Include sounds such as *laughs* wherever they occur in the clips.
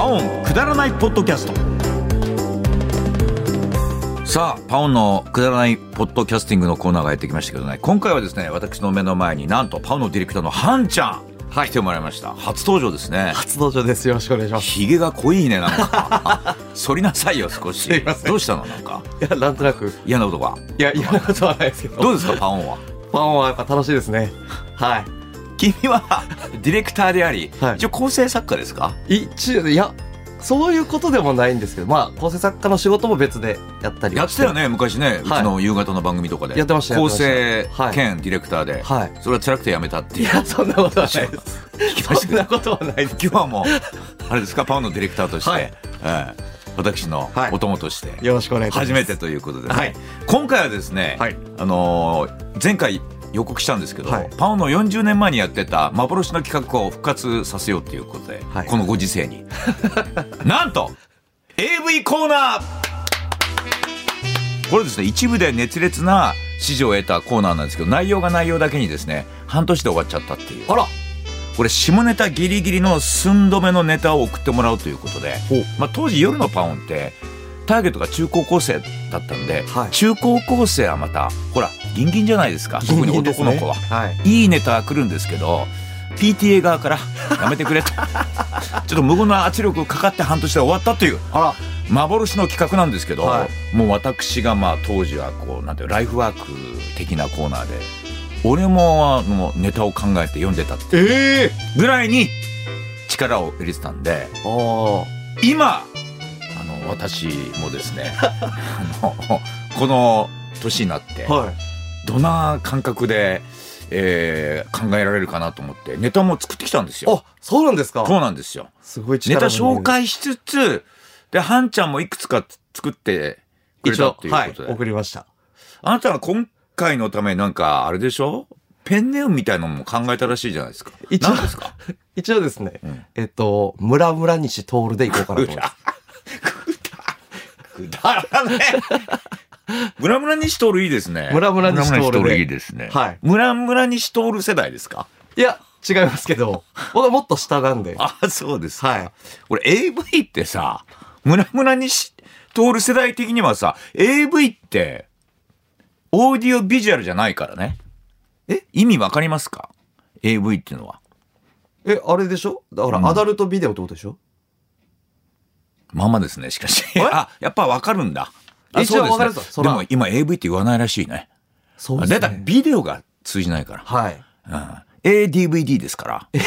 オンくだらないポッドキャストさあパオンのくだらないポッドキャスティングのコーナーがやってきましたけどね今回はですね私の目の前になんとパオンのディレクターのハンちゃん来てもらいました初登場ですね初登場です。よろしくお願いします。ひげが濃いねなんか *laughs* 剃りなさいよ少しすいませんどうしたのなんかいや、なんとなく、嫌なことがいや、嫌なことはないですけど、どうですかパオンはファンはやっぱ楽しいですね。は君はディレクターであり、はい一応構成作家ですかい。一応、いや、そういうことでもないんですけど、まあ、構成作家の仕事も別でやったりやはっしてたよね昔ね、はいうちの夕方の番組とかでやってましたや構ってま成したはい兼ディレクターで、はい。それは辛くてやめたっていいうや、そんなことはないで。聞 *laughs* きますしたそんけどなことはないです。今日は *laughs* もうあれですかパオンのディレクターとして、はいええ私のはいお供として、よろしくお願いします。初めてということで、ねはい今回はですね、はいあのー前回予告したんですけど、はいパオの40年前にやってた幻の企画を復活させようということで、はいこのご時世に *laughs* なんと AV コーナーこれですね一部で熱烈な支持を得たコーナーなんですけど内容が内容だけにですね半年で終わっちゃったっていうあらこれ下ネタギリギリの寸止めのネタを送ってもらうということでほう、まあ、当時夜のパオンってターゲットが中高校生だったんで、はい中高校生はまたほらギンギンじゃないですか特に男の子は、はい。いいネタ来るんですけど PTA 側からやめてく *laughs* れとちょっと無言の圧力かかって半年で終わったというあら、幻の企画なんですけど、はもう私がまあ当時はこうなんていうのライフワーク的なコーナーで俺もあのネタを考えて読んでたってええぐらいに力を入れてたんであ今あの私もです *laughs* ねあのこの年になってあ。はい。どんな感覚で、えー考えられるかなと思ってネタも作ってきたんですよ。あ、そうなんですかそうなんですよすごいネ力タの入れ紹介しつつでハンちゃんもいくつか作ってくれ一た応って、いうはい。ことで、送りました。あなたは今回のためなんかあれでしょペンネームみたいなのも考えたらしいじゃないですか。一応何ですか一応ですね、んえっと、村村西徹でいこうかなと思います。くだらね *laughs* え。ムラムラ西徹いいですね。ムラムラ西徹でムラムラ西いいですね。はいムラムラ西徹世代ですかいや、違いますけ *laughs* ど、僕はもっと下なんで。あ、そうです。はい。俺 AV ってさ、ムラムラ西徹世代的にはさ、AV って、オーディオビジュアルじゃないからね。え意味わかりますか ?AV っていうのは。え、あれでしょだから、アダルトビデオってことでしょ、まあまあですね、しかし。えあ、やっぱわかるんだ。あ一そ応うでわかるすぞねそでらも今 AV って言わないらしいね。そうだいたいビデオが通じないから。はい。うん、ADVD ですから。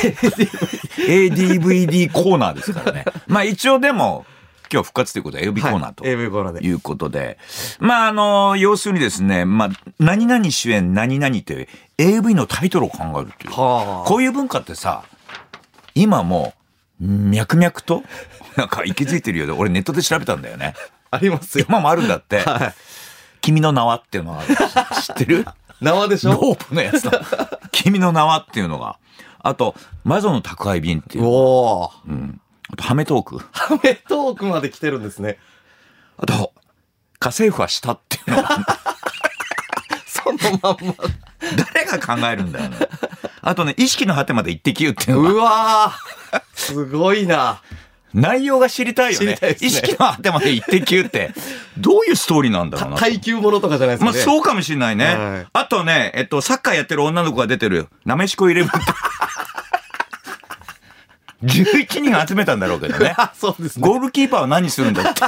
ADVD コーナーですからね。まあ一応でも、今日復活ということで AV コーナーと。はい AV コーナーいで。うことで。まあ、あの、要するにですね、まあ、何々主演何々って AV のタイトルを考えるっていう。はあこういう文化ってさ、今もう、脈々と、なんか息づいてるようで、俺ネットで調べたんだ *laughs* よね。ありますよ。今もあるんだって、はい。君の名はっていうのは知ってる生でしロょープのやつ *laughs* だ。君の名はっていうのが。あと、魔女の宅配便っていう。おお。うん。あと、ハメトーク。アメトークまで来てるんですね。あと、家政婦はしたっていう *laughs* のが。そのまんま。誰が考えるんだよね。あとね、意識の果てまで行ってきよっていうのうが。わーすごいな。内容が知りたいよ知ね。りたいですね意識の果てまで行ってきよって。どういうストーリーなんだろうな。耐久ものとかじゃないですまあ、か、ね。そうかもしれないね。はいあとね、えっと、サッカーやってる女の子が出てる、なめしこ入 *laughs* れブンって。11人集めたんだろうけどね。 *laughs* あそうですね。ゴールキーパーは何するん *laughs* だって。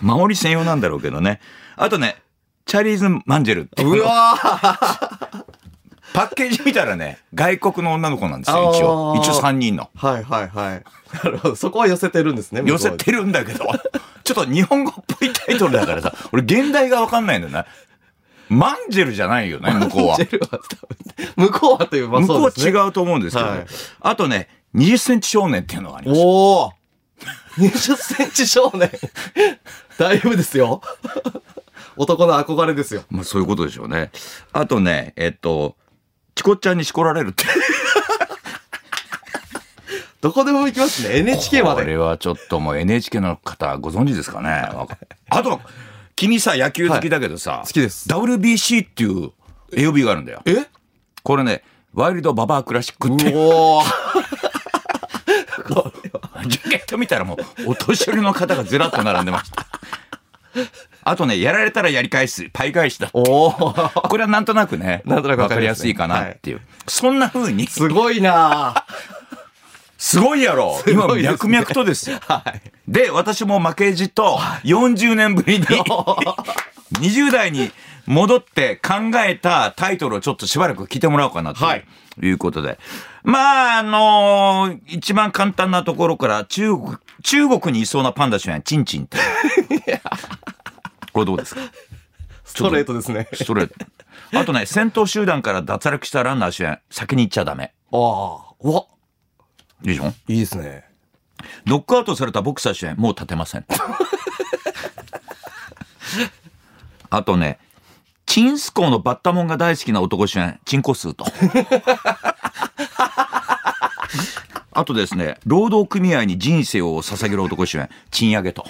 守り専用なんだろうけどね。あとね、チャーリーズ・マンジェルっていううわーパッケージ見たらね、外国の女の子なんですよ、一応。あー一応3人の。はいはいはい。なるほど。そこは寄せてるんですね。向こ寄うでせてるんだけど、 *laughs* ちょっと日本語っぽいタイトルだからさ、俺現代がわかんないんだよね。マンジェルじゃないよね、向 *laughs* こうはジ。ェルは多分向こうはという、まあ向こそううですね。は違うと思うんですけどね、はいあとね、20センチ少年っていうのがあります。お *laughs* お20センチ少年だいぶですよ男の憧れですよまあそういうことでしょうね。あとね、えっと、チコちゃんにしこられるって。どこでも行きますね NHK まこでれはちょっともう NHK の方ご存知ですかね。 *laughs* わかあと、君さ、野球好きだけどさ、好きです。 WBC っていう AOB があるんだよ。えこ *laughs* れね、ワイルドババアクラシックっていうおおジャケット見たらもう、お年寄りの方がずらっと並んでました。あとね、やられたらやり返す、パイ返しだ。おーこれはなんとなくね、なんとなくわわかかりりやますすいねかなっていう。そんな風に、すごいなあすごいやろごいです今、ね脈々とですよ。 *laughs* はい。で、私も負けじと、40年ぶ *laughs* りに、20代に戻って考えたタイトルをちょっとしばらく聞いてもらおうかなとはいいうことで。まあ、あのー一番簡単なところから、中国、中国にいそうなパンダ主演、チンチンっ *laughs* て。これどうですかストレートですね。ストレート。あとね、戦闘集団から脱落したランナー主演、先に行っちゃダメ。ああ。うわ、いいじゃんいいですね。ノックアウトされたボクサー主演、もう立てません。 *laughs* あとね、チンスコーのバッタモンが大好きな男主演、チンコ数と。 *laughs* あとですね、労働組合に人生を捧げる男主演、賃上げと。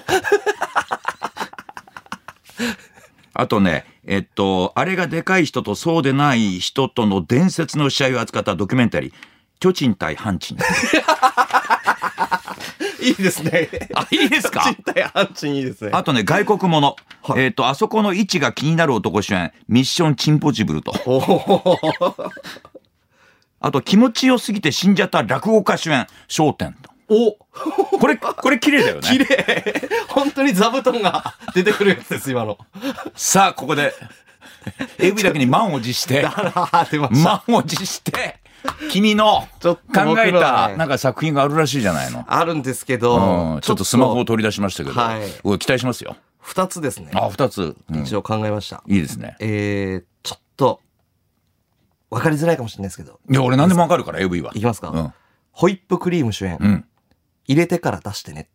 あとね、えっと、あれがでかい人とそうでない人との伝説の試合を扱ったドキュメンタリー、巨人対阪神。いいですね。あ、いい *laughs* ですか賃貸アンチンいいですね。あとね、外国もの。はいえっ、と、あそこの位置が気になる男主演、ミッションチンポジブルと。おお。あと、気持ちよすぎて死んじゃった落語家主演、笑点と。おこ *laughs* れ、これ綺麗だよ綺ね。麗本当に座布団が出てくるやつです、今の。さあ、ここで、エビだけに満を持 *laughs* して、あら、出ました。満を持して、君のちょ考っと僕のはえねた、なんか作品があるらしいじゃないの。あるんですけうどん、、ちょっとスマホを取り出しましたけど、はいおい期待しますよ。二つですね。あ、二つ、うん一応考えました。いいですね。えー、ちょっと、わかりづらいかもしれないですけど、いや、俺何でもわかるから、AV は。いきますか、うんホイップクリーム主演、うん入れてから出してね。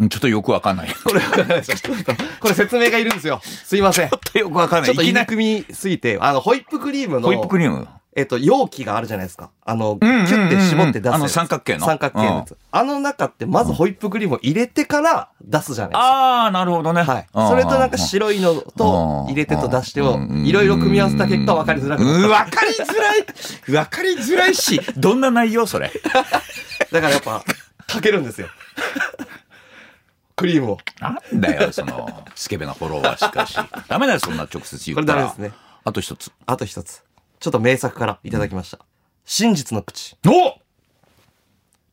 うん。ちょっとよくわか *laughs* んない。これわかんないですちょっとこれ説明がいるんですよ。すいません。ちょよくわかんない。っといき言いなり組みすぎて、あの、ホイップクリームの、ホイップクリーム。えっと、容器があるじゃないですか。あの、キんうんうんうんュッて絞って出すやつ。あの三角形の三角形のやつ。あの中って、まずホイップクリームを入れてから出すじゃないですか。ああ、なるほどね。はい。それとなんか白いのと、入れてと出してを、いろいろ組み合わせた結果分かりづらくなうっん、わかりづらい。わかりづらいし、どんな内容それ。た。だからやっぱ、かけるんですよ。クリームを。なんだよ、その、スケベなフォロワーしかし。ダメだよ、そんな直接言ったら。これダメですね。あと一つ。あと一つ。ちょっと名作からいただきました。真実の口。お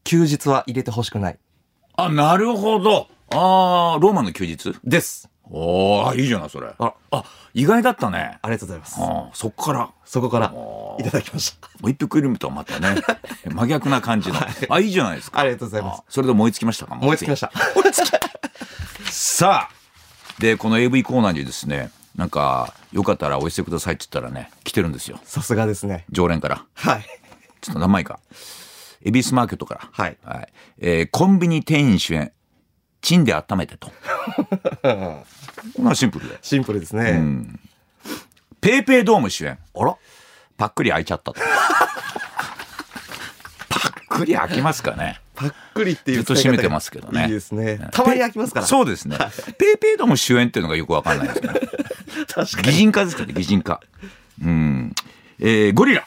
休日は入れてほしくない。あ、なるほど。ああ、ローマの休日です。おー、いいじゃない、それ。ああ、意外だったね。ありがとうございます。あーそっから。そこからおーいただきました。ホイップクリームとはまたね、真逆な感じの。あ、いいじゃないですか。ありがとうございますあ。それで燃え尽きましたか燃え尽きました。さあでこの AV コーナーにですねなんかよかったらお寄せくださいって言ったらね来てるんですよさすがですね。常連からはい。ちょっと名前か恵比寿マーケットからはいえーコンビニ店員主演チンで温めてとこんなシンプルでシンプルですね。ペイペイドーム主演あらパックリ開いちゃったとパックリ開きますかねパックリっていうずっと使い閉方がめてますけどねいいですね。たまに開きますから。そうですねペイペイドーム主演っていうのがよくわかんないですね確かに。擬人化ですかね、擬人化。うん。えーゴリラ。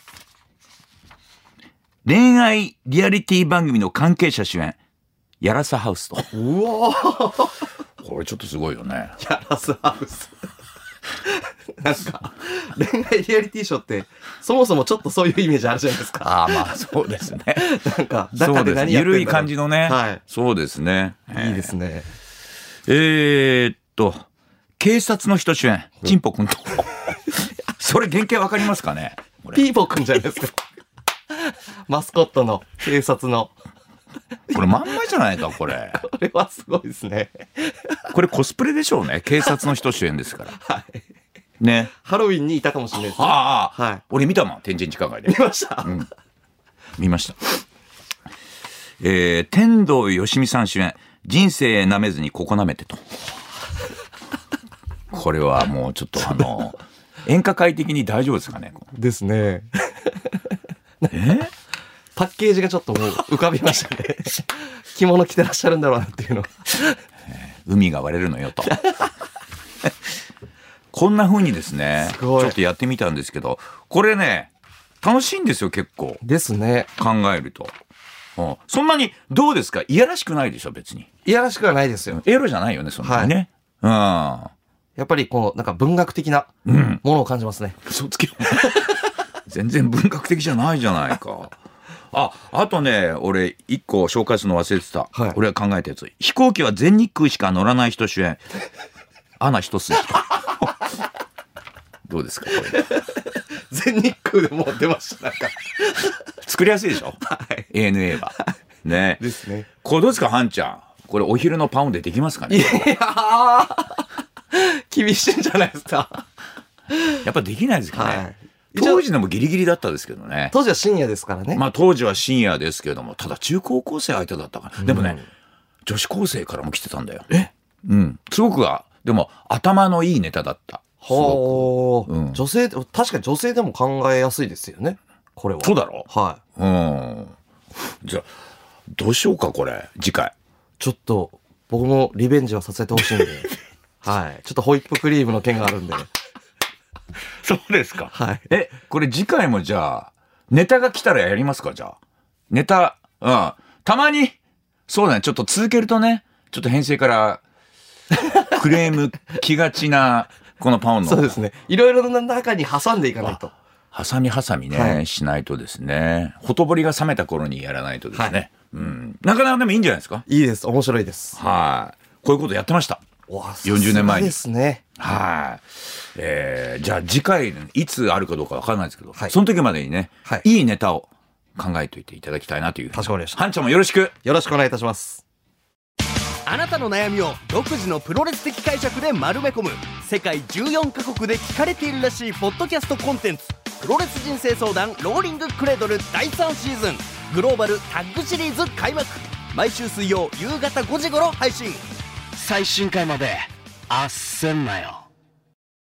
恋愛リアリティ番組の関係者主演、やらさハウスと。うおーこれちょっとすごいよね。やらすハウス。なんか、恋愛リアリティショーって、そもそもちょっとそういうイメージあるじゃないですか。ああ、まあ、そうですね。なんか、そうです。中で何やってんだろうゆるい感じのね。はそうですね。えい。いいーですね。えーっと、警察の人主演、チンポくんと。 *laughs* それ原型わかりますかねこれピーポくんじゃないですか。マスコットの警察の。これまんまじゃないか、これ。これはすごいですね。これコスプレでしょうね。警察の人主演 *laughs* ですから。はい。ね。ハロウィンにいたかもしれないです、ね。ああ、はい俺見たもん、天神地下街で見。ました、見ました。えー、天童よしみさん主演、人生舐めずにここ舐めてと。これはもうちょっとあの、演歌界的に大丈夫ですかねですね。えパッケージがちょっともう浮かびました *laughs* ね。着物着てらっしゃるんだろうなっていうのが。海が割れるのよと。こんな風にですねすごいちょっとやってみたんですけど、これね、楽しいんですよ結構ですね。考えると。うんそんなにどうですかいやらしくないでしょ別にいやらしくはないですよ。エロじゃないよねそんなにね、やっぱりこう、なんか文学的なうんうんものを感じますね。嘘つけ *laughs* 全然文学的じゃないじゃないか *laughs* ああとね俺一個紹介するの忘れてた、はい俺が考えたやつ飛行機は全日空しか乗らない人主演 *laughs* 穴一筋 *laughs* どうですかこれ全日空でもう出ました。なんか。作りやすいでしょ、ANA *laughs* はねですね。これどうですかハンちゃんこれお昼のパウンでできますかいねやー、 *laughs* 厳しいんじゃないですか。やっぱできないですかね、はい当時でもギリギリだったですけどね当時は深夜ですからね。まあ当時は深夜ですけども、ただ中高校生相手だったから。でもね、うん女子高生からも来てたんだよ。うん。すごくは、でも頭のいいネタだった。すごはあ、うん女性、確かに女性でも考えやすいですよね。これは。くそうだろはうん。じゃあ、どうしようか、これ。次回。い。ちょっと、僕もリベンジはさせてほしい *laughs* んで。はい。ちょっとホイップクリームの件があるんで。そうですか。はい。え、これ次回もじゃあ、ネタが来たらやりますか、じゃあ。ネタ、うん。たまに、そうだね、ちょっと続けるとね、ちょっと編成から、クレーム来がちな、このパオンの。 *laughs* そうですね。いろいろな中に挟んでいかないと。ハサミハサミね、はいしないとですね。ほとぼりが冷めた頃にやらないとですね。はいうん。なかなかでもいいんじゃないですかいいです。面白いです。はい。こういうことやってました。わあ40年前にさすがですね。はい。えー、じゃあ次回、いつあるかどうかわからないですけど、はいその時までにね、はいいネタを考えておいていただきたいなという。かしこまりましたハンちゃんもよろしく。よろしくお願いいたします。あなたの悩みを独自のプロレス的解釈で丸め込む世界14カ国で聞かれているらしいポッドキャストコンテンツ「プロレス人生相談ローリングクレードル」第3シーズングローバルタッグシリーズ開幕毎週水曜夕方5時頃配信最新回まであっせんなよ